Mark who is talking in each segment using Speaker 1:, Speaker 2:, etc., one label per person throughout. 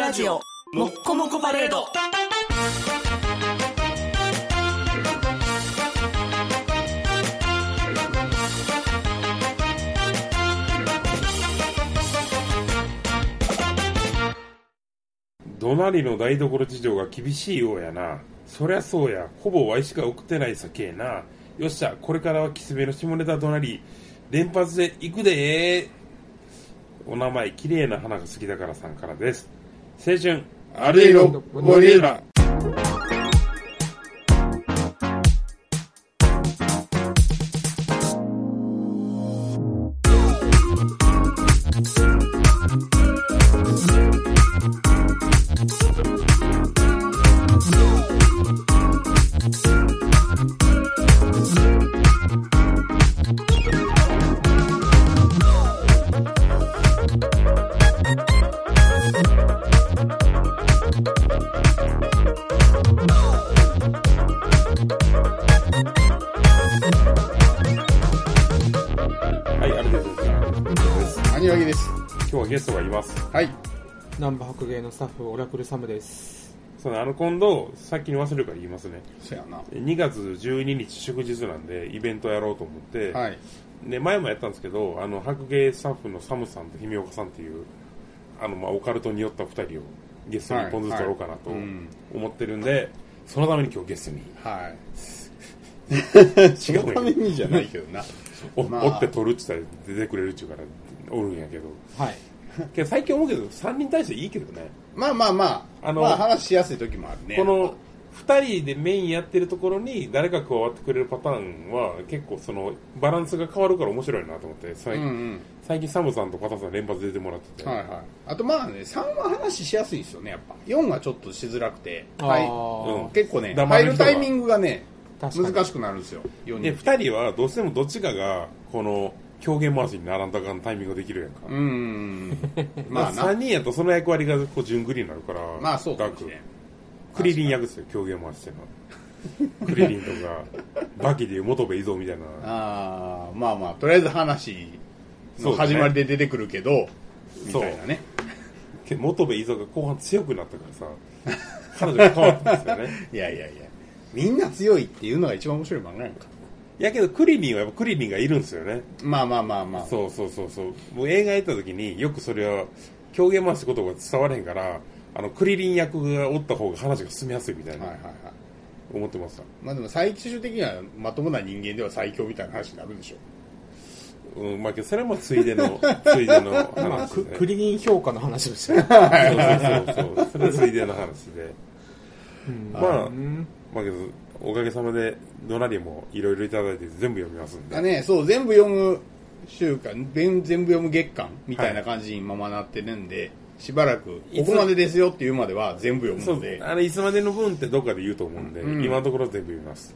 Speaker 1: ラジオもっこもこパレード
Speaker 2: 隣の台所事情が厳しいようやなそりゃそうやほぼわいしか送ってない酒やなよっしゃこれからはきすめの下ネタ隣連発で行くでーお名前綺麗な花が好きだからさんからです青春あるいはボリューラはいあるですです
Speaker 3: 兄脇です。
Speaker 2: 今日はゲストがいます
Speaker 3: はい。
Speaker 4: 南波白芸のスタッフオラクルサムです
Speaker 2: そのあの今度さっきに忘れるから言いますね
Speaker 3: そやな。
Speaker 2: 2月12日祝日なんでイベントやろうと思って、
Speaker 3: はい。
Speaker 2: で前もやったんですけどあの白芸スタッフのサムさんと姫岡さんっていうあの、まあ、オカルトに寄った2人をゲストに1本ずつ
Speaker 3: はい
Speaker 2: 取ろうかなと
Speaker 3: はいうん
Speaker 2: 思ってるんで、そのために今日ゲストに
Speaker 3: はい。
Speaker 2: 違う
Speaker 3: そのためにじゃないけど な。
Speaker 2: お、
Speaker 3: まあ
Speaker 2: おって取るって言ったら出てくれるっちゅうからおるんやけど
Speaker 4: はい
Speaker 2: けど最近思うけど3人対していいけどね
Speaker 3: まあまあまあ、
Speaker 2: あの
Speaker 3: まあ話しやすい時もあるね。
Speaker 2: この2人でメインやってるところに誰か加わってくれるパターンは結構そのバランスが変わるから面白いなと思って最
Speaker 3: うん
Speaker 2: 近,、
Speaker 3: うん。
Speaker 2: 最近サムさんとパタさん連発出てもらってて、
Speaker 3: はいはい。あとまあね、3は話しやすいですよね、やっぱ。4はちょっとしづらくて。
Speaker 4: あー
Speaker 3: はい。
Speaker 2: うん
Speaker 3: 結構ね、
Speaker 2: 黙
Speaker 3: 入
Speaker 2: る
Speaker 3: る
Speaker 2: 人が
Speaker 3: タイミングがね、
Speaker 4: 確かに
Speaker 3: 難しくなるんですよ。4
Speaker 2: で
Speaker 3: 人。
Speaker 2: 2人はどうしてもどっちかがこの狂言回しにならんとあかんタイミングができるやんか、
Speaker 3: うんうん うん。まあな。
Speaker 2: 3人やとその役割がこう順繰りになるから
Speaker 3: まあそうかもし
Speaker 2: ダー
Speaker 3: れ
Speaker 2: ク
Speaker 3: ん。
Speaker 2: クリリン役ですよ狂言回しっていう のはクリリンとかバキでいう元部伊蔵みたいな
Speaker 3: ああ、まあまあ、とりあえず話の始まりで出てくるけど、みたいなね。
Speaker 2: け元部伊蔵が後半強くなったからさ彼女が変わったんですよね
Speaker 3: いやいやいや、みんな強いっていうのが一番面白い漫画やんか。
Speaker 2: やけどクリリンはやっぱクリリンがいるんですよね
Speaker 3: まあまあまあまあ。
Speaker 2: そうそうそうそうもう映画やった時によくそれは狂言回しことが伝われへんからあのクリリン役がおった方が話が進みやすいみたいな、
Speaker 3: はいはいはい。
Speaker 2: 思ってました
Speaker 3: まあでも最終的にはまともな人間では最強みたいな話になるでしょ。
Speaker 2: うん、まあ、けどそれはもうついでの、ついでの
Speaker 4: 今
Speaker 2: 話
Speaker 4: ク
Speaker 2: で、
Speaker 4: ク
Speaker 2: ね。
Speaker 4: リリン評価の話をしてる
Speaker 2: そうそうそうそう。それはついでの話で。まあ
Speaker 4: う、ん
Speaker 2: まあけど、おかげさまで、どなりもいろいろいただいて全部読みますん
Speaker 3: だ
Speaker 2: で。
Speaker 3: ね、そう、全部読む週間、全全部読む月間みたいな感じに今まなってるんで、しばらく、
Speaker 2: い
Speaker 3: こ
Speaker 2: つ
Speaker 3: こまでですよっていうまでは全部読
Speaker 2: そ
Speaker 3: むので
Speaker 2: う、、あの、いつまでの分ってどっかで言うと思うんで、
Speaker 3: うん
Speaker 2: 今のところ全部読みます。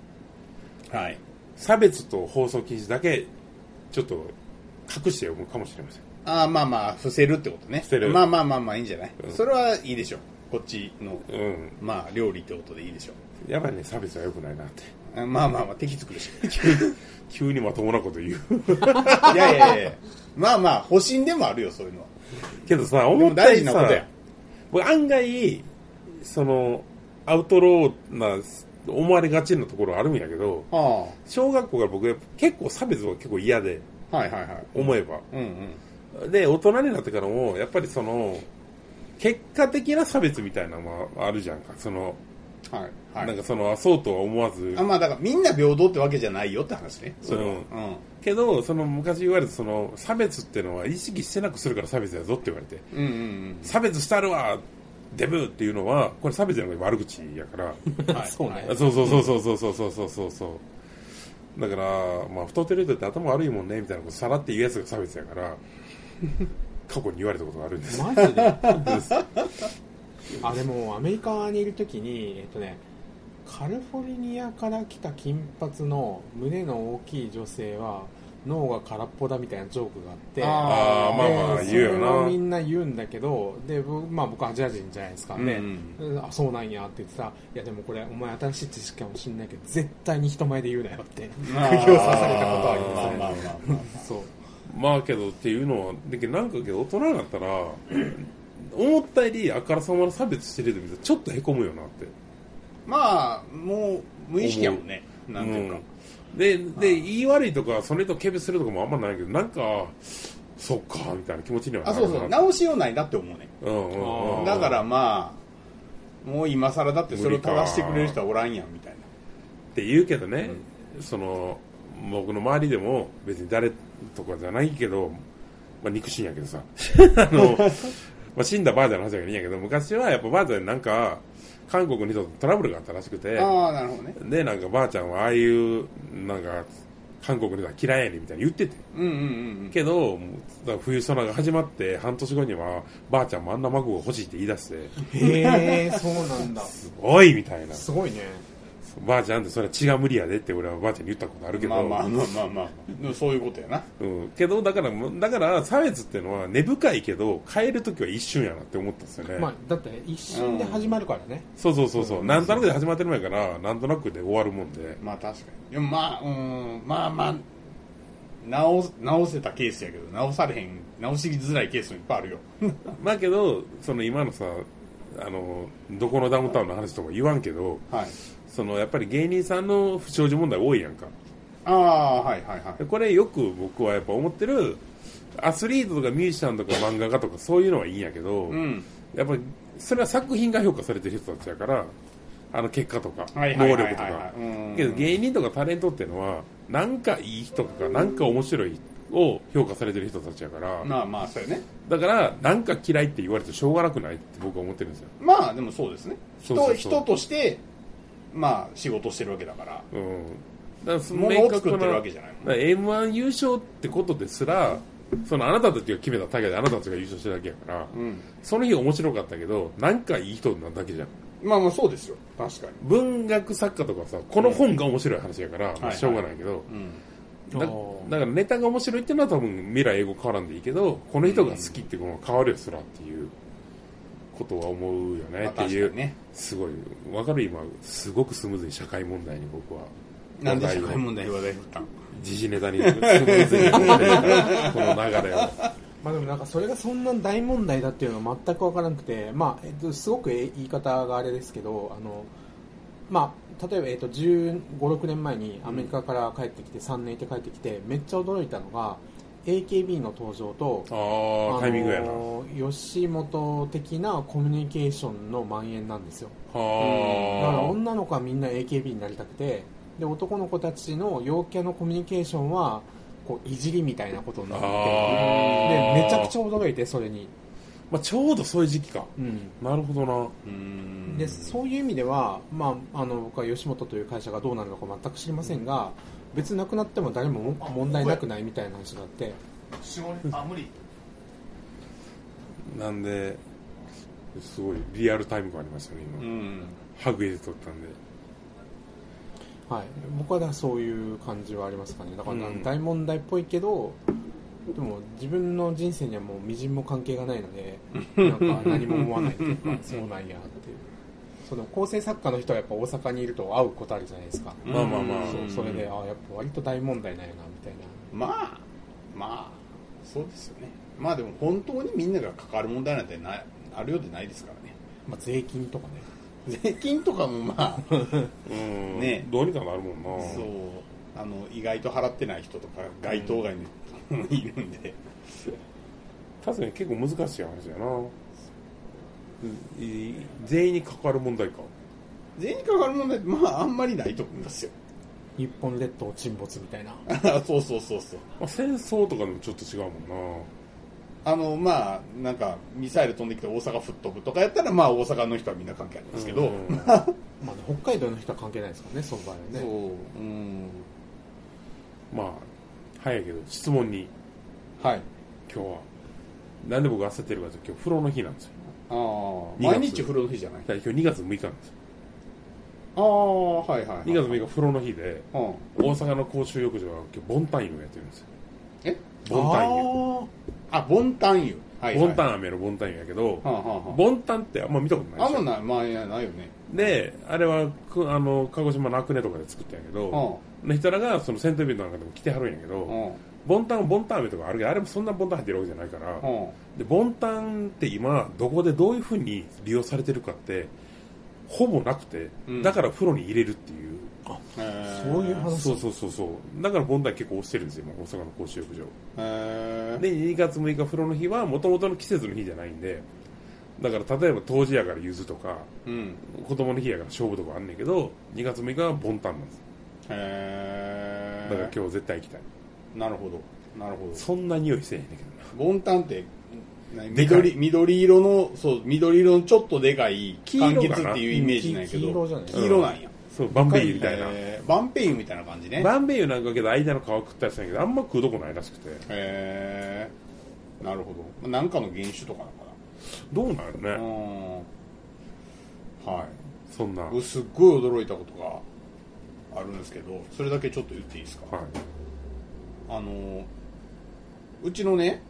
Speaker 3: はい。
Speaker 2: 差別と放送禁止だけ、ちょっと、隠して読むかもしれません。
Speaker 3: ああ、まあまあ、伏せるってことね。
Speaker 2: 伏せる
Speaker 3: まあまあまあまあ、いいんじゃない、
Speaker 2: うん
Speaker 3: それはいいでしょう。こっちの、
Speaker 2: うん。
Speaker 3: まあ、料理ってことでいいでしょう。
Speaker 2: やっぱりね、差別は良くないなって。
Speaker 3: あまあまあまあ、敵作るし。
Speaker 2: 急にまともなこと言う。
Speaker 3: いやいやいや まあまあ、保身でもあるよ、そういうのは。
Speaker 2: けどさ、
Speaker 3: で
Speaker 2: 思
Speaker 3: も
Speaker 2: ったよ
Speaker 3: 大
Speaker 2: り
Speaker 3: 事なこと
Speaker 2: さ
Speaker 3: や、。
Speaker 2: 僕案外、その、アウトローな思われがちなところあるんやけど、
Speaker 3: は
Speaker 2: 小学校から僕やっぱ結構差別は結構嫌で、
Speaker 3: あ。はいはいはい。
Speaker 2: 思えば。
Speaker 3: うんうん。
Speaker 2: で、大人になってからも、やっぱりその、結果的な差別みたいなのもあるじゃんか。その、
Speaker 3: はいはい。
Speaker 2: なんかその、そうとは思わず
Speaker 3: あ、まあだからみんな平等ってわけじゃないよって話ね。それは。
Speaker 2: うん
Speaker 3: うん。
Speaker 2: けど、その昔言われたその、差別ってのは意識してなくするから差別だぞって言われて、
Speaker 3: うんうん
Speaker 2: 差別したるわデブっていうのは、これ差別じゃなくて悪口やから。
Speaker 3: うん。はい
Speaker 4: そうね
Speaker 3: はい
Speaker 2: あそうそうそうそうそうそうそうそうそうそうだから、まあ、太ってる人って頭悪いもんねみたいなことさらって言うやつが差別やから過去に言われたことがあるんです
Speaker 4: マ ジで
Speaker 2: です
Speaker 4: あでもアメリカにいる時にえっとねカリフォルニアから来た金髪の胸の大きい女性は脳が空っぽだみたいなジョークがあって
Speaker 3: あ
Speaker 2: ああまあまあ
Speaker 4: で
Speaker 2: 言うよ
Speaker 4: それをみ
Speaker 2: なん
Speaker 4: な言うんだけどで僕,、まあ、僕アジア人じゃないですか、で
Speaker 3: うん
Speaker 4: うんあそうなんやって言ってさ「いやでもこれお前新しい知識かもしんないけど絶対に人前で言うなよ」って
Speaker 3: あー
Speaker 4: 釘を刺されたことはありますね
Speaker 3: まあまあまあまあまあ
Speaker 4: そう
Speaker 2: まあけどっていうのはだけどなんかけど大人になったら思ったよりあからさまな差別してると見たらちょっとへこむよなって
Speaker 3: まあ、もう、無意識やもんね。なんていうか。
Speaker 2: うんでで言い悪いとかそれと軽蔑するとかもあんまないけどなんかそっかみたいな気持ちにはな
Speaker 3: あ、
Speaker 2: る
Speaker 3: そうそう。
Speaker 2: な
Speaker 3: 直しようないなって思うね。
Speaker 2: うんうんうん
Speaker 3: だからまあ、もう今更だってそれを正してくれる人はおらんやん、みたいな。
Speaker 2: って言うけどね、その僕の周りでも別に誰とかじゃないけど、まあ、肉親やけど さあの、まあ、死んだばあちゃんの話やけどいいんやけど昔はやっぱばあちゃんになんか韓国にとってトラブルがあったらしくて
Speaker 3: ああ、なるほどね。
Speaker 2: でなんかばあちゃんはああいうなんか韓国の人は嫌いやねんみたいに言ってて
Speaker 3: うんうんうん
Speaker 2: けどもうだから冬ソナが始まって半年後にはばあちゃんもあんなマグを欲しいって言い出して
Speaker 4: へえ そうなんだ
Speaker 2: 「おい!」みたいな
Speaker 4: すごいね
Speaker 2: ばあちゃんってそれは血が無理やでって俺はばあちゃんに言ったことある
Speaker 3: う
Speaker 2: け
Speaker 3: ん。
Speaker 2: ど、
Speaker 3: まあまあまあまあまあ。でもそういうことやな。
Speaker 2: うん、けどだからだから差別っていうのは根深いけど変える時は一瞬やなって思ったんですよね、
Speaker 4: まあだって一瞬で始まるからね
Speaker 2: そうそうそうそう、なんとなくで始まってる前からなんとなくで終わるもんで
Speaker 3: まあ確かに。でもまあ、うん、まあまあ、直す、直せたケースやけど、直されへん、直しづらいケースもいっぱいあるよ。
Speaker 2: まあけどその今のさあのどこのダウンタウンの話とか言わんけど
Speaker 3: はい。
Speaker 2: そのやっぱり芸人さんの不祥事問題多いやんか
Speaker 3: ああ、はいはいはい。
Speaker 2: これよく僕はやっぱ思ってるアスリートとかミュージシャンとか漫画家とかそういうのはいいんやけど、
Speaker 3: うん。
Speaker 2: やっぱりそれは作品が評価されてる人たちやからあの結果とか
Speaker 3: はい
Speaker 2: 能
Speaker 3: はい
Speaker 2: 力
Speaker 3: はい
Speaker 2: と
Speaker 3: はい
Speaker 2: か
Speaker 3: はいうん
Speaker 2: けど芸人とかタレントっていうのはなんかいい人とかなんか面白いを評価されてる人たちやから
Speaker 3: まあまあ、そうやね。
Speaker 2: だからなんか嫌いって言われてしょうがなくないって僕は思ってるんですよ
Speaker 3: まあでもそうですね
Speaker 2: そうそうそう
Speaker 3: 人人としてまあ仕事してるわけだから
Speaker 2: うんだからそ
Speaker 3: 物を作ってるわけじゃないもんね
Speaker 2: m 1優勝ってことですらそのあなたたちが決めた大会であなたたちが優勝してるだけやから、
Speaker 3: うん
Speaker 2: その日面白かったけどなんかいい人なだけじゃん
Speaker 3: まあまあそうですよ確かに
Speaker 2: 文学作家とかさこの本が面白い話やから、まあ
Speaker 3: はい
Speaker 2: しょうがないけど、
Speaker 3: うん
Speaker 2: だ
Speaker 4: あー
Speaker 2: だからネタが面白いっていうのは多分未来英語変わらんでいいけどこの人が好きってこの変わるよすらっていうことは思うよね
Speaker 3: まあ
Speaker 2: っていう、
Speaker 3: 確かにね
Speaker 2: すごいわかる今すごくスムーズに社会問題に僕は
Speaker 3: なんで
Speaker 2: 話
Speaker 3: 社
Speaker 2: 題を
Speaker 3: 会問題話題振ったん
Speaker 2: 時事ネタにスムーズに持っていったこの 流れを
Speaker 4: まあでもなんかそれがそんな大問題だっていうのは全く分からなくて、まあえっと、すごくえ言い方があれですけどあの、まあ、例えば、えっと、1 5 6年前にアメリカから帰ってきて、3年いて帰ってきてめっちゃ驚いたのが AKB の登場と
Speaker 2: ああタイミングやな、
Speaker 4: の吉本的なコミュニケーションの蔓延なんですよだから
Speaker 2: は
Speaker 4: 女の子はみんな AKB になりたくてで男の子たちの陽キャのコミュニケーションはこういじりみたいなことになってて
Speaker 2: あー
Speaker 4: でめちゃくちゃ驚いてそれに、
Speaker 2: あ、まあ、ちょうどそういう時期か
Speaker 4: うん、
Speaker 2: なるほどな
Speaker 3: うーん
Speaker 4: でそういう意味では、まあ、あの僕は吉本という会社がどうなるのか全く知りませんが別になくなっても誰も文問題なくないみたいな話があって
Speaker 5: あ無理
Speaker 2: なんですごいリアルタイム感ありましたね
Speaker 3: う
Speaker 2: 今、
Speaker 3: ん
Speaker 2: ハグ入れて撮ったんで
Speaker 4: はい、僕はだからそういう感じはありますかねだから
Speaker 2: うん
Speaker 4: 大問題っぽいけど、でも自分の人生にはもうみじんも関係がないの でなんか何も思わないというかそうなんやっていうその構成作家の人はやっぱ大阪にいると会うことあるじゃないですか、
Speaker 2: まあまあまあ
Speaker 4: そう
Speaker 3: うん
Speaker 4: それであやっぱ割と大問題なんやなみたいな
Speaker 3: まあまあそうですよねまあでも本当にみんなが関わる問題なんてないあるようでないですからね
Speaker 4: まあ、税金とかね
Speaker 3: 税金とかもまあ
Speaker 2: うん
Speaker 3: ね
Speaker 2: どうにかなるもんな
Speaker 3: そうあの意外と払ってない人とか街頭外にいるんで
Speaker 2: 確かに結構難しい話やなうんい全員に関わる問題か
Speaker 3: 全員に関わる問題ってまああんまりないと思いますよ
Speaker 4: 日本列島沈没みたいな
Speaker 3: そうそうそうそう
Speaker 2: まあ、戦争とかでもちょっと違うも
Speaker 3: あのまあなんかミサイル飛んできて大阪吹っ飛ぶとかやったらまあ大阪の人はみんな関係ありま
Speaker 2: んな
Speaker 3: すけど、
Speaker 2: うん
Speaker 4: まあ、北海道の人は関係ないですからねその場合
Speaker 3: そ
Speaker 4: はね
Speaker 3: ううん
Speaker 2: まあ早いけど質問に
Speaker 3: はい
Speaker 2: 今日はなんで僕焦ってるかというと今日風呂の日なんですよ
Speaker 3: ああ
Speaker 2: 二月
Speaker 3: 毎日風呂の日じゃない
Speaker 2: だから今日2月6日なんですよ
Speaker 3: ああはいはい、はい、
Speaker 2: 2月6日風呂の日で
Speaker 3: うん
Speaker 2: 大阪の公衆浴場は今日ボンタン湯をやってるんですよ
Speaker 3: え
Speaker 2: ボンタン湯
Speaker 3: あボンタン湯はい、はい、
Speaker 2: ボン
Speaker 3: ン
Speaker 2: タン飴のボンタン湯やけど、
Speaker 3: はあ、はあは
Speaker 2: ボンタンってあんま見たこと
Speaker 3: あ、
Speaker 2: な
Speaker 3: あ
Speaker 2: い
Speaker 3: ん
Speaker 2: で
Speaker 3: ま
Speaker 2: よ
Speaker 3: すないまあいやないよね
Speaker 2: であれはくあの鹿児島の阿久根とかで作ったんやけど、
Speaker 3: うん
Speaker 2: の人らがそのセントビルの中でも来てはるんやけど、
Speaker 3: うん
Speaker 2: ボンタンボンタン飴とかあるけどあれもそんなボンタン入ってるわけじゃないから、
Speaker 3: うん
Speaker 2: でボンタンって今どこでどういうふうに利用されてるかってほぼなくて、
Speaker 3: うん
Speaker 2: だから風呂に入れるっていう
Speaker 3: へー
Speaker 4: そういう話
Speaker 2: そうそうそうそうだからボンタン結構押してるんですよ今大阪の公衆浴場
Speaker 3: へー
Speaker 2: で2月6日風呂の日はもともとの季節の日じゃないんでだから例えば当時やからゆずとか
Speaker 3: うん
Speaker 2: 子供の日やから勝負とかあんねんけど2月6日はボンタンなんです
Speaker 3: へ
Speaker 2: だ
Speaker 3: ー
Speaker 2: から今日絶対行きたい
Speaker 3: なるほどなるほど
Speaker 2: そんな匂いせえへんねんけどな
Speaker 3: ボンタンって何
Speaker 2: でかい
Speaker 3: 緑緑色のそう緑色のちょっとでかい
Speaker 2: 黄色かな
Speaker 3: 柑橘っていうイメージなんやけど
Speaker 4: 黄色じゃない
Speaker 3: 黄色なんや、
Speaker 2: そうバンベイユみたいな、
Speaker 3: えー、バンペイユみたいな感じね
Speaker 2: バンベイユなんかけど間の皮食ったりしたんやけどあんま食うとこないらしくて
Speaker 3: へえなるほどなんかの原種とかなのか
Speaker 2: どうなんよね、
Speaker 3: なうんは
Speaker 2: そんな、はい
Speaker 3: いすっごい驚いたことがあるんですけどそれだけちょっと言っていいですかあのうちのね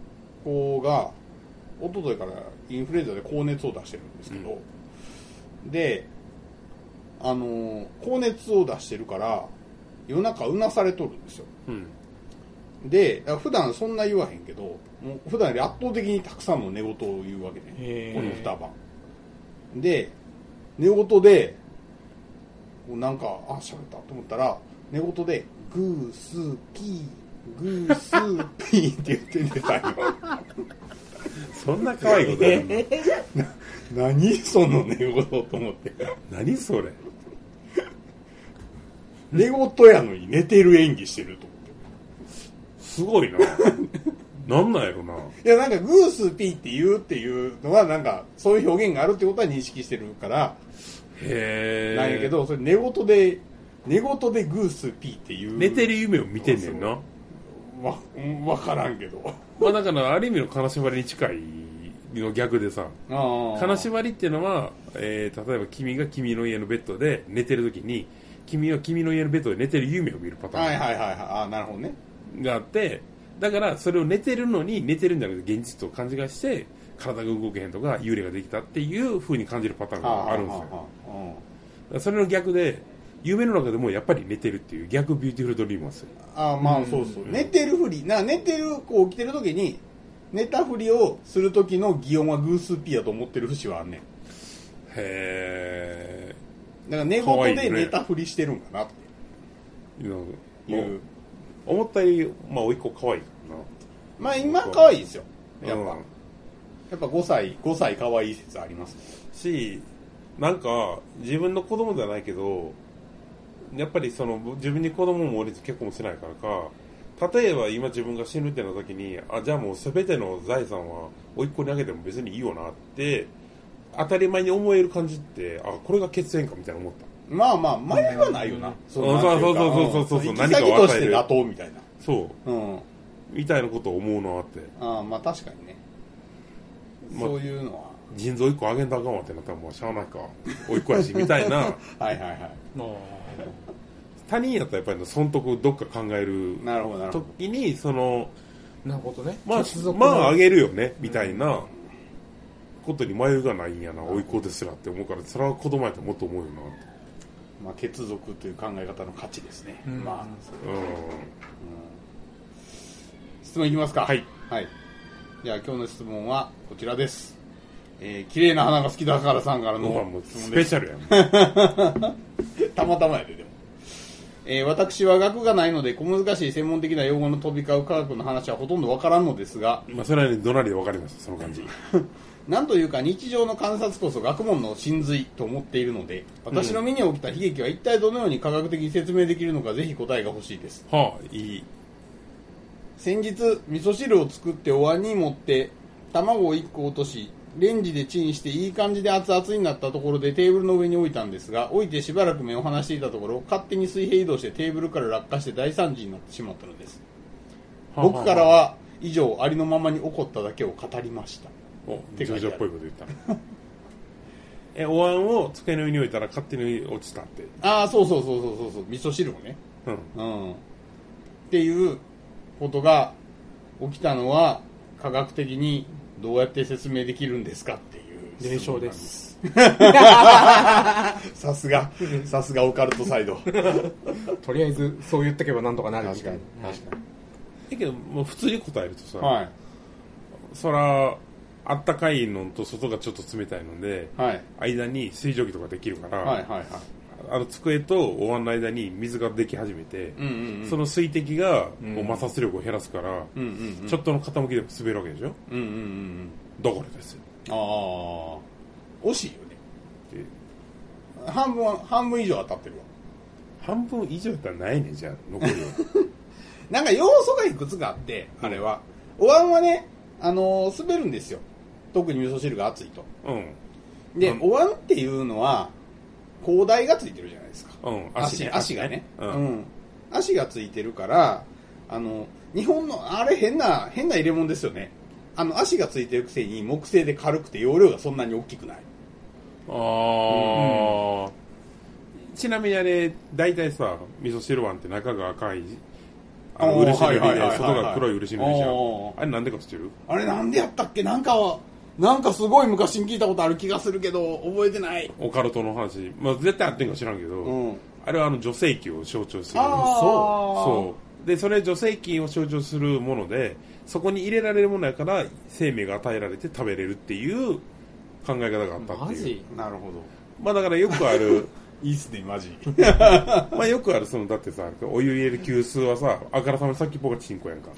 Speaker 3: 子が一昨日からインフルエンザで高熱を出してるんですけど、であの高熱を出してるから夜中うなされとるんですよ
Speaker 2: うん、
Speaker 3: で普段そんな言わへんけどもう普段より圧倒的にたくさんの寝言を言うわけね
Speaker 4: へー
Speaker 3: この二晩で寝言でこうなんかあ喋ったと思ったら寝言で「グースーピーグースーピー」って言って寝たよ
Speaker 2: そんな可愛いことや るの、
Speaker 3: 何その寝言と思って
Speaker 2: 何それ
Speaker 3: 寝言やのに寝てる演技してると思って
Speaker 2: すごい ななんなんやろない
Speaker 3: や、なんか、グースピーって言うっていうのは、なんか、そういう表現があるってことは認識してるから、
Speaker 2: へえ
Speaker 3: なんやけど、それ寝言で、寝言でグースピーっていう。
Speaker 2: 寝てる夢を見てんねんな
Speaker 3: わ、うんわからんけど。
Speaker 2: まあだからある意味の金縛りに近いの逆でさ金
Speaker 3: 悲い。
Speaker 2: 縛りっていうのは、えー例えば君が君の家のベッドで寝てる時に君は君の家のベッドで寝てる夢を見るパタ
Speaker 3: はいはい
Speaker 2: ー
Speaker 3: はいはい。あなるほどね。
Speaker 2: ンがあってだからそれを寝てるのに寝てるんじゃなくて現実と勘違いして体が動けへんとか幽霊ができたっていう風に感じるパターンがあるんですよだか
Speaker 3: はあはあは
Speaker 2: らそれの逆で夢の中でもやっぱり寝てるっていう逆ビューティフルドリームなんですよ
Speaker 3: あうんあまあ、そうそう。寝てるふり、な、寝てる、こう起きてる時に、寝たふりをする時の擬音はグースピーやと思ってる節はあんねん。
Speaker 2: へ
Speaker 3: だから寝
Speaker 2: かわいい
Speaker 3: 言
Speaker 2: ね
Speaker 3: で寝たふりしてるんかなって
Speaker 2: え
Speaker 3: い
Speaker 2: も
Speaker 3: う
Speaker 2: う。思ったよりまあ甥っ子可愛いか
Speaker 3: まあ、今可愛いですよ。
Speaker 2: らな
Speaker 3: やっ
Speaker 2: う
Speaker 3: ぱ
Speaker 2: ん。
Speaker 3: やっぱ5歳、5歳可愛い説あります。
Speaker 2: しなんか自分の子供ではないけどやっぱりその自分に子供もおれず結婚もしてないからか例えば今自分が死ぬってなった時にあじゃあもう全ての財産は甥っ子にあげても別にいいよなって当たり前に思える感じってあこれが血縁かみたいな思った
Speaker 3: まあまあ、前はないよな。
Speaker 2: そう
Speaker 3: なんていか
Speaker 2: そうそうそうそうそう
Speaker 3: うん
Speaker 2: 何
Speaker 3: 行き
Speaker 2: か
Speaker 3: 先
Speaker 2: を
Speaker 3: と
Speaker 2: 与
Speaker 3: し
Speaker 2: え
Speaker 3: て
Speaker 2: る
Speaker 3: 妥当みたいな。
Speaker 2: そう
Speaker 3: うん。あ
Speaker 2: みたいなことを思うなって
Speaker 3: あ、まあ確かにね。
Speaker 2: まあ
Speaker 3: そういうのは。
Speaker 2: 腎臓1個あげんとあかんわってなったらもうしゃあないか甥っ子やしみたいな
Speaker 3: はいはいは
Speaker 2: 他人やったらやっぱり損得をどっか考える
Speaker 3: い。なるほどなるほど。
Speaker 2: 時にその
Speaker 4: なるほどね
Speaker 2: まあ
Speaker 4: 血族、
Speaker 2: ま
Speaker 4: の
Speaker 2: ああげるよね、みたいなことに迷いがないんやな、おいっ子ですらって思うから、それは子供やともっと思うよな。
Speaker 3: まあ血族という考え方の価値ですね。
Speaker 4: うん
Speaker 3: まあ、
Speaker 2: う
Speaker 3: 質問いきますか。
Speaker 2: はい。
Speaker 3: はい。じゃあ今日の質問はこちらです。えー、綺麗な花が好きだからさんから
Speaker 2: ん。ご飯
Speaker 3: の
Speaker 2: も
Speaker 3: 質
Speaker 2: ス
Speaker 3: 問
Speaker 2: ペ
Speaker 3: です
Speaker 2: シ。ャルやん。
Speaker 3: たまたまやで、でも。えー私は学がないので小難しい専門的な用語の飛び交う科学の話はほとんどわからんのですが
Speaker 2: まあ、それはね、どなりでわかりました、その感じ。
Speaker 3: なんというか日常の観察こそ学問の真髄と思っているので私の身に起きた悲劇は一体どのように科学的に説明できるのかぜひ答えが欲しいです
Speaker 2: はあ、いい。
Speaker 3: 先日味噌汁を作ってお椀に盛って卵を1個落としレンジでチンしていい感じで熱々になったところでテーブルの上に置いたんですが置いてしばらく目を離していたところ勝手に水平移動してテーブルから落下して大惨事になってしまったのです
Speaker 2: はあ
Speaker 3: 僕から。は以上ありのままに怒っただけを語りました
Speaker 2: お、ジョジョっぽいこと言った。 え、お椀を机の上に置いたら勝手に落ちたって。
Speaker 3: ああそうそうそうそうそうそう味噌汁をね
Speaker 2: うん。
Speaker 3: うんっていうことが起きたのは科学的にどうやって説明できるんですかっていう
Speaker 4: 霊障です
Speaker 3: さすがさすがオカルトサイド確か
Speaker 4: とりあえずそう言っとけばなんとかなるみたいな
Speaker 3: 確かに
Speaker 2: やけど、まあ、普通に答えるとさ、
Speaker 3: はい
Speaker 2: そらあったかいのと外がちょっと冷たいので、
Speaker 3: はい
Speaker 2: 間に水蒸気とかできるから、
Speaker 3: はいはいはい
Speaker 2: あの机とお椀の間に水ができ始めて、
Speaker 3: うんうんうん
Speaker 2: その水滴がこ
Speaker 4: ん
Speaker 2: う摩擦力を減らすから、
Speaker 3: うんうんうん
Speaker 2: ちょっとの傾きでも滑るわけでしょ
Speaker 3: うんうんうん
Speaker 2: だからですよ
Speaker 3: うんああ惜しいよね
Speaker 2: で
Speaker 3: 半分は半分以上当たってるわ
Speaker 2: 半分以上やったらないねんじゃあ残りは
Speaker 3: なんか要素がいくつかあってあれはお椀はねあのー滑るんですよ特に味噌汁が熱いと
Speaker 2: うん
Speaker 3: で、
Speaker 2: うん
Speaker 3: お椀っていうのは広大がついてるじゃないですか
Speaker 2: うん
Speaker 3: 足足がね、
Speaker 2: う
Speaker 3: うんん足がついてるからあの日本のあれ変な変な入れ物ですよねあの足がついてるくせに木製で軽くて容量がそんなに大きくない
Speaker 2: ああ、ちなみにあれ大体さ味噌汁碗って中が赤いあの
Speaker 3: おー
Speaker 2: 漆塗りで
Speaker 3: はいはいはいはい
Speaker 2: 外が黒い漆塗りじゃん
Speaker 3: おー
Speaker 2: あれなんでか知ってる
Speaker 3: あれなんでやったっけなんかはなんかすごい昔に聞いたことある気がするけど覚えてない、
Speaker 2: オカルトの話、まあ、絶対あってんか知らんけど、
Speaker 3: うん、
Speaker 2: あれはあの女性器を象徴する
Speaker 3: あー
Speaker 2: そうでそれ女性器を象徴するものでそこに入れられるものやから生命が与えられて食べれるっていう考え方があったっていう
Speaker 4: マジ
Speaker 3: なるほど
Speaker 2: まあだからよくあ る
Speaker 3: いいっすねマ ジ
Speaker 2: まあよくあるそのだってさお湯入れる急須はさあからさまに先っぽがチンコやんか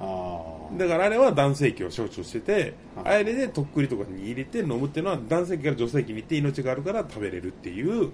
Speaker 3: ああ
Speaker 2: だからあれは男性器を象徴してて
Speaker 3: は
Speaker 2: あれでとっくりとかに入れて飲むっていうのは男性器から女性器に行って命があるから食べれるっていう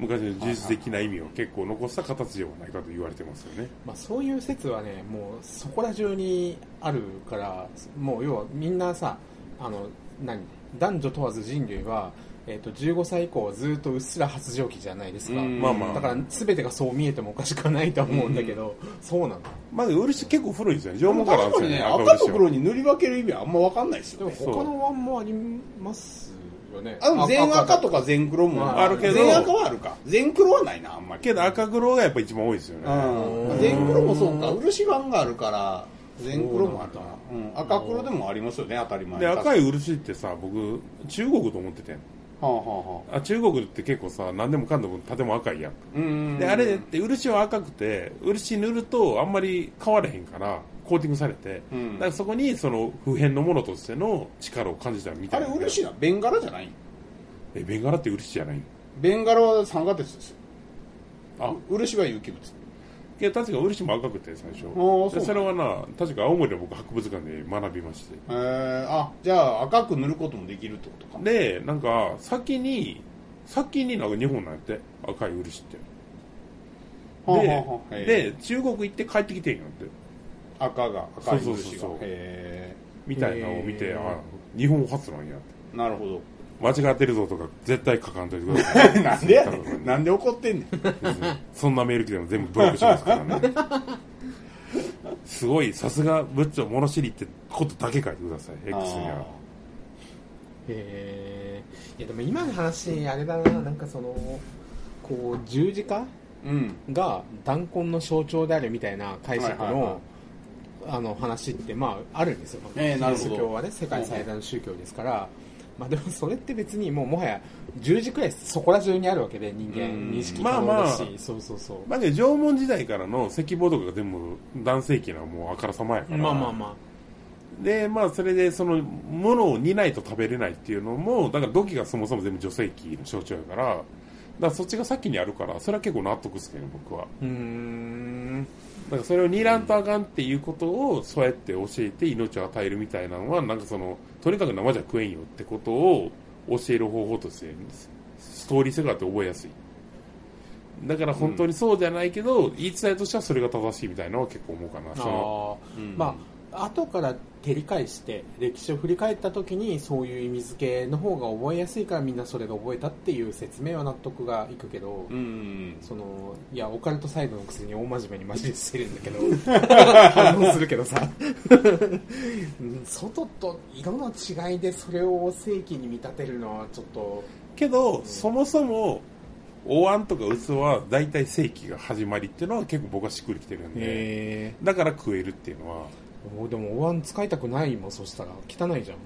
Speaker 2: 昔の技術的な意味を結構残した形ではないかと言われてますよね
Speaker 4: まあ、そういう説はねもうそこら中にあるからもう要はみんなさあの何男女問わず人類は、えっと15歳以降はずっとうっすら発情期じゃないですか
Speaker 3: うん
Speaker 2: まあまあ
Speaker 4: だから全てがそう見えてもおかしくはないとは思うんだけど、そうなの
Speaker 2: まず漆結構古いんですよね縄文からあるん
Speaker 3: 確
Speaker 2: で
Speaker 3: か
Speaker 2: すよ
Speaker 3: にね
Speaker 2: ね
Speaker 3: 赤と
Speaker 2: 漆は
Speaker 3: 黒に塗り分ける意味はあんま分かんないです
Speaker 4: で
Speaker 3: よ
Speaker 4: も
Speaker 3: ね
Speaker 2: そう
Speaker 4: 他のワンもありますよね
Speaker 3: あでも全赤と
Speaker 4: か
Speaker 3: か全黒も
Speaker 4: あ
Speaker 2: るけど
Speaker 3: 全赤はあるか全黒はないなあんまり
Speaker 2: けど赤黒がやっぱ一番多いですよね
Speaker 3: う、
Speaker 4: うんん
Speaker 3: 全黒もそうか漆版があるから全黒もあるかな、
Speaker 4: そう
Speaker 3: ん、赤黒でもありますよね当たり前
Speaker 2: で赤い
Speaker 3: は
Speaker 2: 漆ってさ僕中国と思っててん
Speaker 3: あ、はあはあ、
Speaker 2: あ中国って結構さ何でもかんでも建物赤いやん
Speaker 3: うんうんうん
Speaker 2: であれって漆は赤くて漆塗るとあんまり変われへんからコーティングされて、
Speaker 3: うん
Speaker 2: だからそこにその普遍のものとしての力を感じたみた
Speaker 3: あ
Speaker 2: い
Speaker 3: れ
Speaker 2: な
Speaker 3: 漆なベンガラじゃない
Speaker 2: えベンガラって漆じゃないの
Speaker 3: ベンガラは酸化鉄ですよ
Speaker 2: あ
Speaker 3: 漆は有機物
Speaker 2: いや確か漆も赤くて最初
Speaker 3: ーそう
Speaker 2: でそれはな確か青森の僕博物館で学びまして
Speaker 3: えー、あじゃあ赤く塗ることもできるってことか
Speaker 2: でなんか先に先になんか日本なんやって赤い漆って
Speaker 3: はあ
Speaker 2: で,、
Speaker 3: はあはあへえ
Speaker 2: で中国行って帰ってきてんやって
Speaker 3: 赤が赤い漆
Speaker 2: そ
Speaker 3: が
Speaker 2: うそうそうそう
Speaker 3: へ
Speaker 2: みたいなのを見て
Speaker 4: へー
Speaker 2: あ日本初なんやって
Speaker 3: えなるほど
Speaker 2: 間違ってるぞとか絶対書かんといてくださ い
Speaker 3: なんでやね
Speaker 2: ツイッターと
Speaker 3: ん
Speaker 2: か
Speaker 3: なんで怒ってんねん
Speaker 2: にねそんなメール来ても全部ブロックしますからね すごいさすが部長物知りってことだけ書いてください X には
Speaker 4: へえいやでも今の話あれだななんかそのこう十字架
Speaker 3: うん
Speaker 4: が弾痕の象徴であるみたいな解釈の,、
Speaker 3: はいはいはい
Speaker 4: あの話って、まあ、あるんですよ、
Speaker 3: ええなるほど
Speaker 4: キリスト教はね世界最大の宗教ですから、まあ、でもそれって別にもうもはや十字くらいそこら中にあるわけで人間
Speaker 3: うん
Speaker 4: 認識可能だし、
Speaker 2: まあま
Speaker 4: そうそうそう
Speaker 2: まあね、縄文時代からの石棒とかが全部男性器なもうあからさまやから、
Speaker 4: まあまあま
Speaker 2: でまあそれでそのものを煮ないと食べれないっていうのもだから土器がそもそも全部女性器の象徴やからだからそっちが先にあるからそれは結構納得ですけどね僕は
Speaker 4: あうーん
Speaker 2: だからそれを煮らんとあかんっていうことをそうやって教えて命を与えるみたいなのはなんかそのとにかく生じゃ食えんよってことを教える方法としてストーリー性があって覚えやすいだから本当にそうじゃないけど、言い伝えとしてはそれが正しいみたいなのは結構思うかな
Speaker 4: あ
Speaker 2: その
Speaker 4: ー
Speaker 3: うん
Speaker 4: まあ後から照り返して歴史を振り返った時にそういう意味付けの方が覚えやすいからみんなそれが覚えたっていう説明は納得がいくけど、
Speaker 3: うんうん
Speaker 4: そのいやオカルトサイドのくせに大真面目にマジでしてるんだけど反応するけどさうん外と色の違いでそれを正規に見立てるのはちょっと
Speaker 2: けど、そもそもお椀とか器は大体正規が始まりっていうのは結構僕はしっくりきてるんで
Speaker 4: へ
Speaker 2: だから食えるっていうのは
Speaker 4: えでもお椀使いたくないもんそしたら汚いじゃん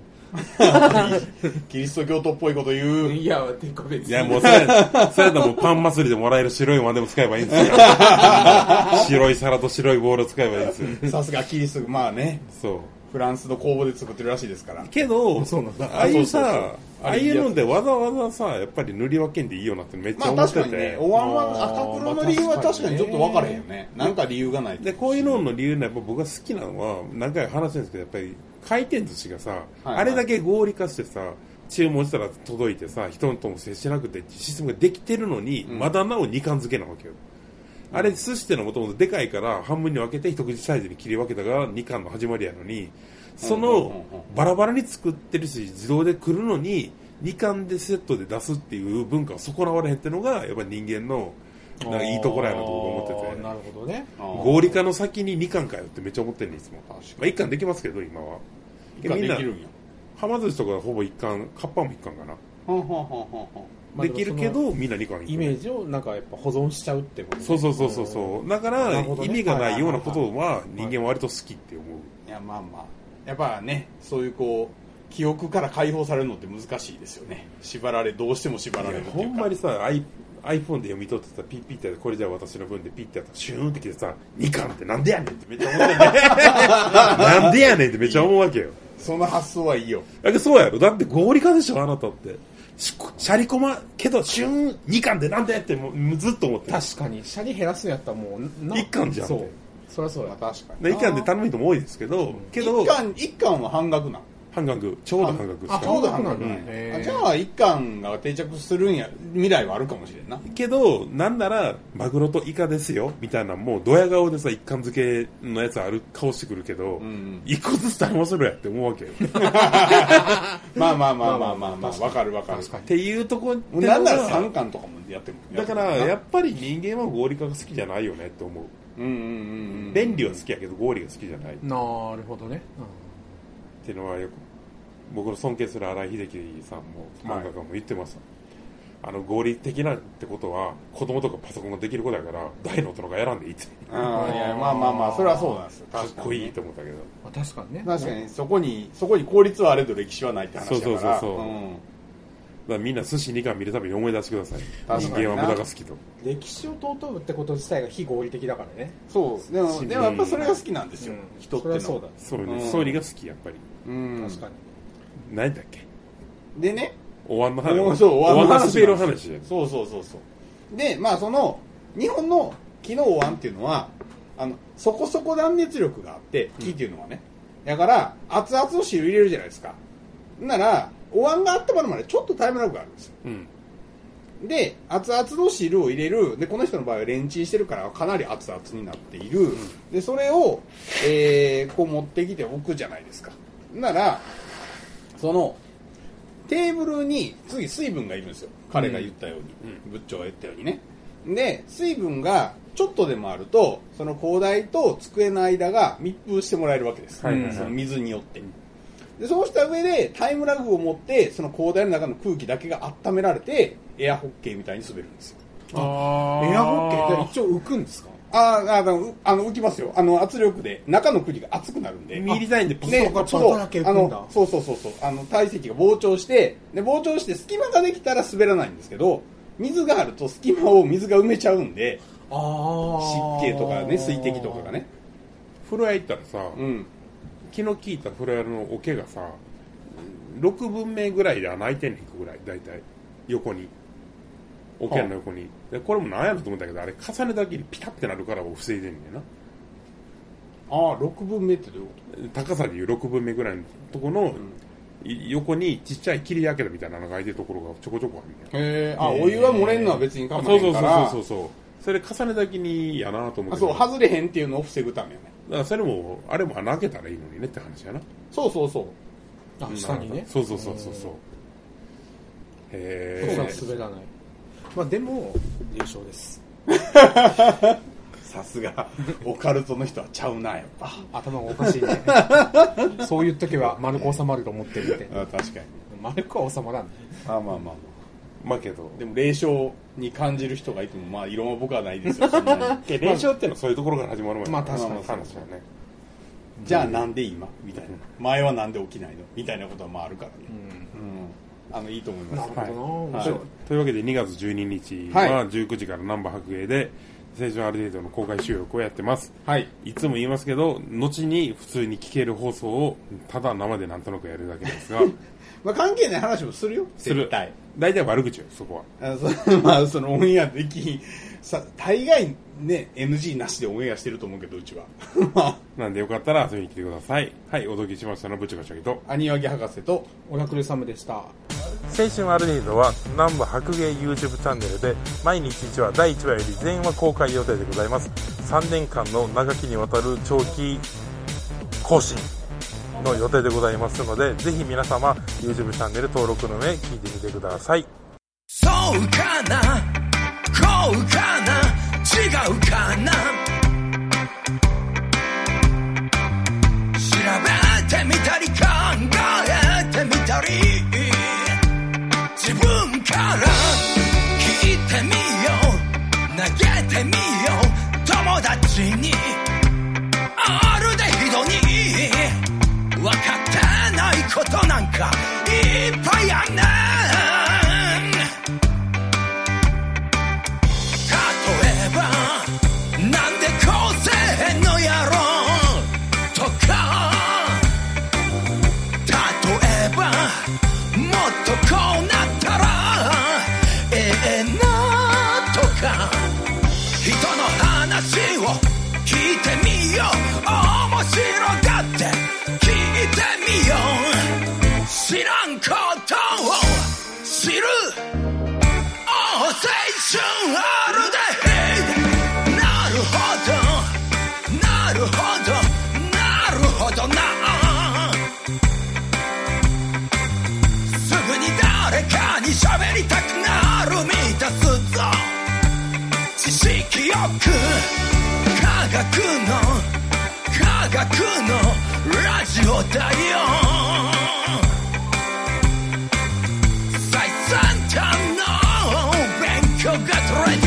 Speaker 3: キリスト教徒っぽいこと言う。
Speaker 4: いや、てか別に。
Speaker 2: いや、もうそれ、それだもうパン祭りでもらえる白いワンでも使えばいいんですよ。白い皿と白いボールを使えばいいんですよ。
Speaker 3: さすがキリスト、まあね、
Speaker 2: そう。
Speaker 3: フランスの工房で作ってるらしいですから。
Speaker 2: けど、
Speaker 4: そうなんだ
Speaker 2: ああいう
Speaker 3: そうそうそう
Speaker 2: さ、ああいうのでわざわざさ、やっぱり塗り分けんでいいよなってめっち
Speaker 3: ま
Speaker 2: ゃ
Speaker 3: あ
Speaker 2: 思
Speaker 3: 確
Speaker 2: って
Speaker 3: かにね
Speaker 2: て、。
Speaker 3: おわん
Speaker 4: ま
Speaker 3: は
Speaker 4: あ
Speaker 3: 赤黒の理由は確かにちょっと分からへんよね。
Speaker 4: まあ
Speaker 3: なんか理由がないと。
Speaker 2: で、こういうのの理由のやっぱ僕が好きなのは、何回か話してるんですけど、やっぱり回転寿司がさ、
Speaker 3: はい
Speaker 2: あれだけ合理化してさ、注文したら届いてさ、人とも接しなくてっていうシステムができてるのに、
Speaker 3: ん
Speaker 2: まだなお二貫漬けなわけよ。あれ、寿司ってのはもともとでかいから、半分に分けて一口サイズに切り分けたが二貫の始まりやのに、そ
Speaker 3: うんうんうん
Speaker 2: の、バラバラに作ってるし、自動で来るのに、二貫でセットで出すっていう文化を損なわれへんってのが、やっぱり人間の、なんかいいところやなと僕は思ってて。
Speaker 4: あーなるほどね。
Speaker 3: あー
Speaker 2: 合理化の先に2巻かよってめっちゃ思ってんねんいつも
Speaker 3: 確かに
Speaker 2: まあ、1巻できますけど今は
Speaker 3: 理解
Speaker 2: みんな
Speaker 3: できるんや。
Speaker 2: はま寿司とかほぼ1巻カッパも1巻かな、
Speaker 3: はんはんはんはんはん
Speaker 4: まあ
Speaker 2: できるけ
Speaker 4: でも
Speaker 2: どみんな2巻い
Speaker 4: その
Speaker 2: く
Speaker 4: イメージをなんかやっぱ保存しちゃうってことね
Speaker 2: そうそうそうそうそうだから
Speaker 4: なるほどね
Speaker 2: 意味がないようなことは
Speaker 4: はい
Speaker 2: 人間は割と好きって思う、
Speaker 3: いや、まあまあ。やっぱね、そういうこう、記憶から解放されるのって難しいですよね。縛られ、どうしても縛られるっていうか。
Speaker 2: ほんまにさ i- iPhone で読み取ってたピッピッてやってこれじゃ私の分でピッてやったらシューンってきてさ2巻ってなんでやねんってめっちゃ思ってんねなんでやねんってめっちゃ思うわけよ
Speaker 3: その発想はいいよ。
Speaker 2: だけどそうやろだって合理化でしょあなたってしシャリコマけどシューン2巻でなんでってもうずっと思ってる
Speaker 4: 確かに、シャリ減らすんやったらもう、な
Speaker 2: 一貫じゃん
Speaker 4: そう。そりゃそう
Speaker 3: ま
Speaker 4: や
Speaker 3: あ。確かにな。
Speaker 2: で一貫で頼む人も多いですけど、けど
Speaker 3: 一貫、一貫は半額なん。
Speaker 2: 半額ちょうど半額です
Speaker 4: あ
Speaker 3: ちょうど半
Speaker 4: 半
Speaker 3: 額
Speaker 4: 額
Speaker 3: な
Speaker 4: なんん
Speaker 3: や
Speaker 4: や
Speaker 3: あ
Speaker 4: へー
Speaker 3: じゃあ一貫が定着するんや未来はあるかもしれんな
Speaker 2: けどなんならマグロとイカですよみたいなもうドヤ顔でさ一貫漬けのやつある顔してくるけど、
Speaker 3: ん
Speaker 2: 一個ずつ頼ませろやって思うわけよ
Speaker 3: まあまあまあまあまあまあわかるわかる
Speaker 4: 確かに
Speaker 2: っていうとこってのが
Speaker 3: なんなら三巻とかもやっても
Speaker 2: だから
Speaker 3: や
Speaker 2: や
Speaker 3: っ
Speaker 2: っぱり人間は合理化が好きじゃないよねって思う、
Speaker 3: うんうんうんうん
Speaker 2: 便利は好きやけど合理が好きじゃない、
Speaker 4: なるほどね。
Speaker 2: っていうのはよく僕の尊敬する荒井秀樹さんも漫画家も言ってました、あの合理的なんてことは子供とかパソコンができることやから大の大人が選んでいいって
Speaker 3: あーいやまあまあまあそれはそうなんですよ
Speaker 2: かっ
Speaker 3: 確かに
Speaker 2: こいいと思ったけど
Speaker 4: まあ確かにね。
Speaker 3: 確かにそこにそこに効率はあれど歴史はないって話だから
Speaker 2: そうそうそうそうんだからみんな寿司2巻見るたびに思い出してください
Speaker 3: 確
Speaker 2: 人
Speaker 3: かにな
Speaker 2: 間は無駄が好きと
Speaker 4: 歴史を尊ぶってこと自体が非合理的だからね。
Speaker 3: そうでもでもやっぱそれが好きなんですよ
Speaker 4: うん
Speaker 3: 人って
Speaker 4: それはそう
Speaker 3: の
Speaker 4: だ
Speaker 3: は
Speaker 4: ね。
Speaker 2: そう
Speaker 3: う
Speaker 2: ね
Speaker 3: ん
Speaker 2: 総理が好きやっぱり
Speaker 3: うん
Speaker 4: 確かに。
Speaker 2: 何だっけ
Speaker 3: でね
Speaker 2: お椀の
Speaker 3: もう
Speaker 2: 話
Speaker 3: そうお椀の話
Speaker 2: お椀の滑る話
Speaker 3: そうそうそうそうでまあその日本の機能腕っていうのはあのそこそこ断熱力があって木っていうのはね、だから熱々の汁入れるじゃないですかならお椀が温まるまでちょっとタイムラグがあるんですよ
Speaker 2: うん
Speaker 3: で熱々の汁を入れるでこの人の場合はレンチンしてるからかなり熱々になっている、でそれを、えーこう持ってきておくじゃないですかならそのテーブルに次水分がいるんですよ彼が言ったように、仏長が言ったようにねで水分がちょっとでもあるとその高台と机の間が密封してもらえるわけです、
Speaker 2: はいはいはい
Speaker 3: その水によって、でそうした上でタイムラグを持ってその広大の中の空気だけが温められてエアホッケーみたいに滑るんですよ
Speaker 2: あ
Speaker 4: エアホッケーって一応浮くんですか
Speaker 3: あーあのうあの浮きますよあの圧力で中の空気が熱くなるんで
Speaker 2: ミリ単位でパ
Speaker 3: ね
Speaker 2: ソ、
Speaker 4: パ
Speaker 2: コ
Speaker 4: ソ
Speaker 2: ン
Speaker 4: コン
Speaker 3: そう
Speaker 4: だけ浮く
Speaker 3: あ
Speaker 4: んだ
Speaker 3: のそうそうそうそうあの体積が膨張してで膨張して隙間ができたら滑らないんですけど水があると隙間を水が埋めちゃうんで
Speaker 4: ああ
Speaker 3: 湿気とかね水滴とかがね
Speaker 2: 風呂屋行ったらさ
Speaker 3: うん
Speaker 2: 気の利いた風呂屋の桶がさ6分目ぐらいで穴開いてんねんぐらい大体横に桶の横に、でこれもなんやろと思ったけどあれ重ねた時にピタってなるからを防いでんねんな
Speaker 3: ああ6分目ってどういうこ
Speaker 2: 高さでいう6分目ぐらいのとこの、い横にちっちゃい切り開けたみたいなのが開いてるところがちょこちょこあるねん
Speaker 3: とへえあお湯は漏れんのは別に構わ
Speaker 2: そう
Speaker 3: な
Speaker 2: そ
Speaker 3: いう
Speaker 2: そ
Speaker 3: か
Speaker 2: う
Speaker 3: ら
Speaker 2: そうそうそれ重ねた時にやなと思
Speaker 3: あ
Speaker 2: って
Speaker 3: そう外れへんっていうのを防ぐためよね
Speaker 2: だからそれもあれも穴開けたらいいのにねって話やな
Speaker 3: そうそうそう
Speaker 4: あ下にね
Speaker 2: そうそうそうそうそうへ
Speaker 4: そう
Speaker 2: え
Speaker 4: そう滑らないまあでも優勝です
Speaker 3: さすが オカルトの人はちゃうなやっぱ
Speaker 4: 頭がおかしいね そう言っとけば丸く収まると思ってるって
Speaker 3: あ確かに
Speaker 4: 丸くは収まらんね
Speaker 3: まあまあまあま
Speaker 2: まあけど
Speaker 3: あでも霊障に感じる人がいてもまあ異 論は僕はないですよそんなに
Speaker 2: 練習ってのはそういうところから始まるもんや
Speaker 4: まあ確
Speaker 3: かに
Speaker 2: 話はね
Speaker 3: じゃあなんで今みたいな前はなんで起きないのみたいなことはまああるからね、うん、あのいいと思います
Speaker 4: なるほどな
Speaker 3: はい
Speaker 4: 面白
Speaker 3: は
Speaker 4: い
Speaker 3: い
Speaker 2: というわけで2月12日
Speaker 3: は
Speaker 2: はい19時から南波白芸で青春ある程度の公開収録をやってます
Speaker 3: はい
Speaker 2: いつも言いますけど後に普通に聞ける放送をただ生でなんとなくやるだけなん ですが
Speaker 3: まあ、関係ない話もするよ
Speaker 2: する
Speaker 3: 絶対
Speaker 2: 大体悪口よそこは
Speaker 3: あそ まあそのオンエアできんさ大概ね NG なしでオンエアしてると思うけどうちは まあ
Speaker 2: なんでよかったら遊びに来てくださいはいお届けしましたのはぶちかしゃぎと
Speaker 3: アニワギ博士と
Speaker 4: オラクルサムでした
Speaker 2: 青春アルディードは南部白芸 YouTube チャンネルで毎日1話第1話より全話公開予定でございます3年間の長きにわたる長期更新の予定でございますのでぜひ皆様 YouTube チャンネル登録の上聞いてみてください
Speaker 1: そうかなこうかな違うかな調べてみたり考えてみたり自分から聞いてみよう投げてみよう友達にあるでひどに分かってないことなんかいっぱいあんねん例えばなんでこうせえへんのやろとか例えばもっとこうなったらええなとか人の話を聞いてみよう面白がって聞いてみよう知らんことを知る青春あるでなるほどなるほどなるほどなすぐに誰かに喋りたくなる満たすぞ知識よく科学の科学のラジオだよ最先端の勉強がトレン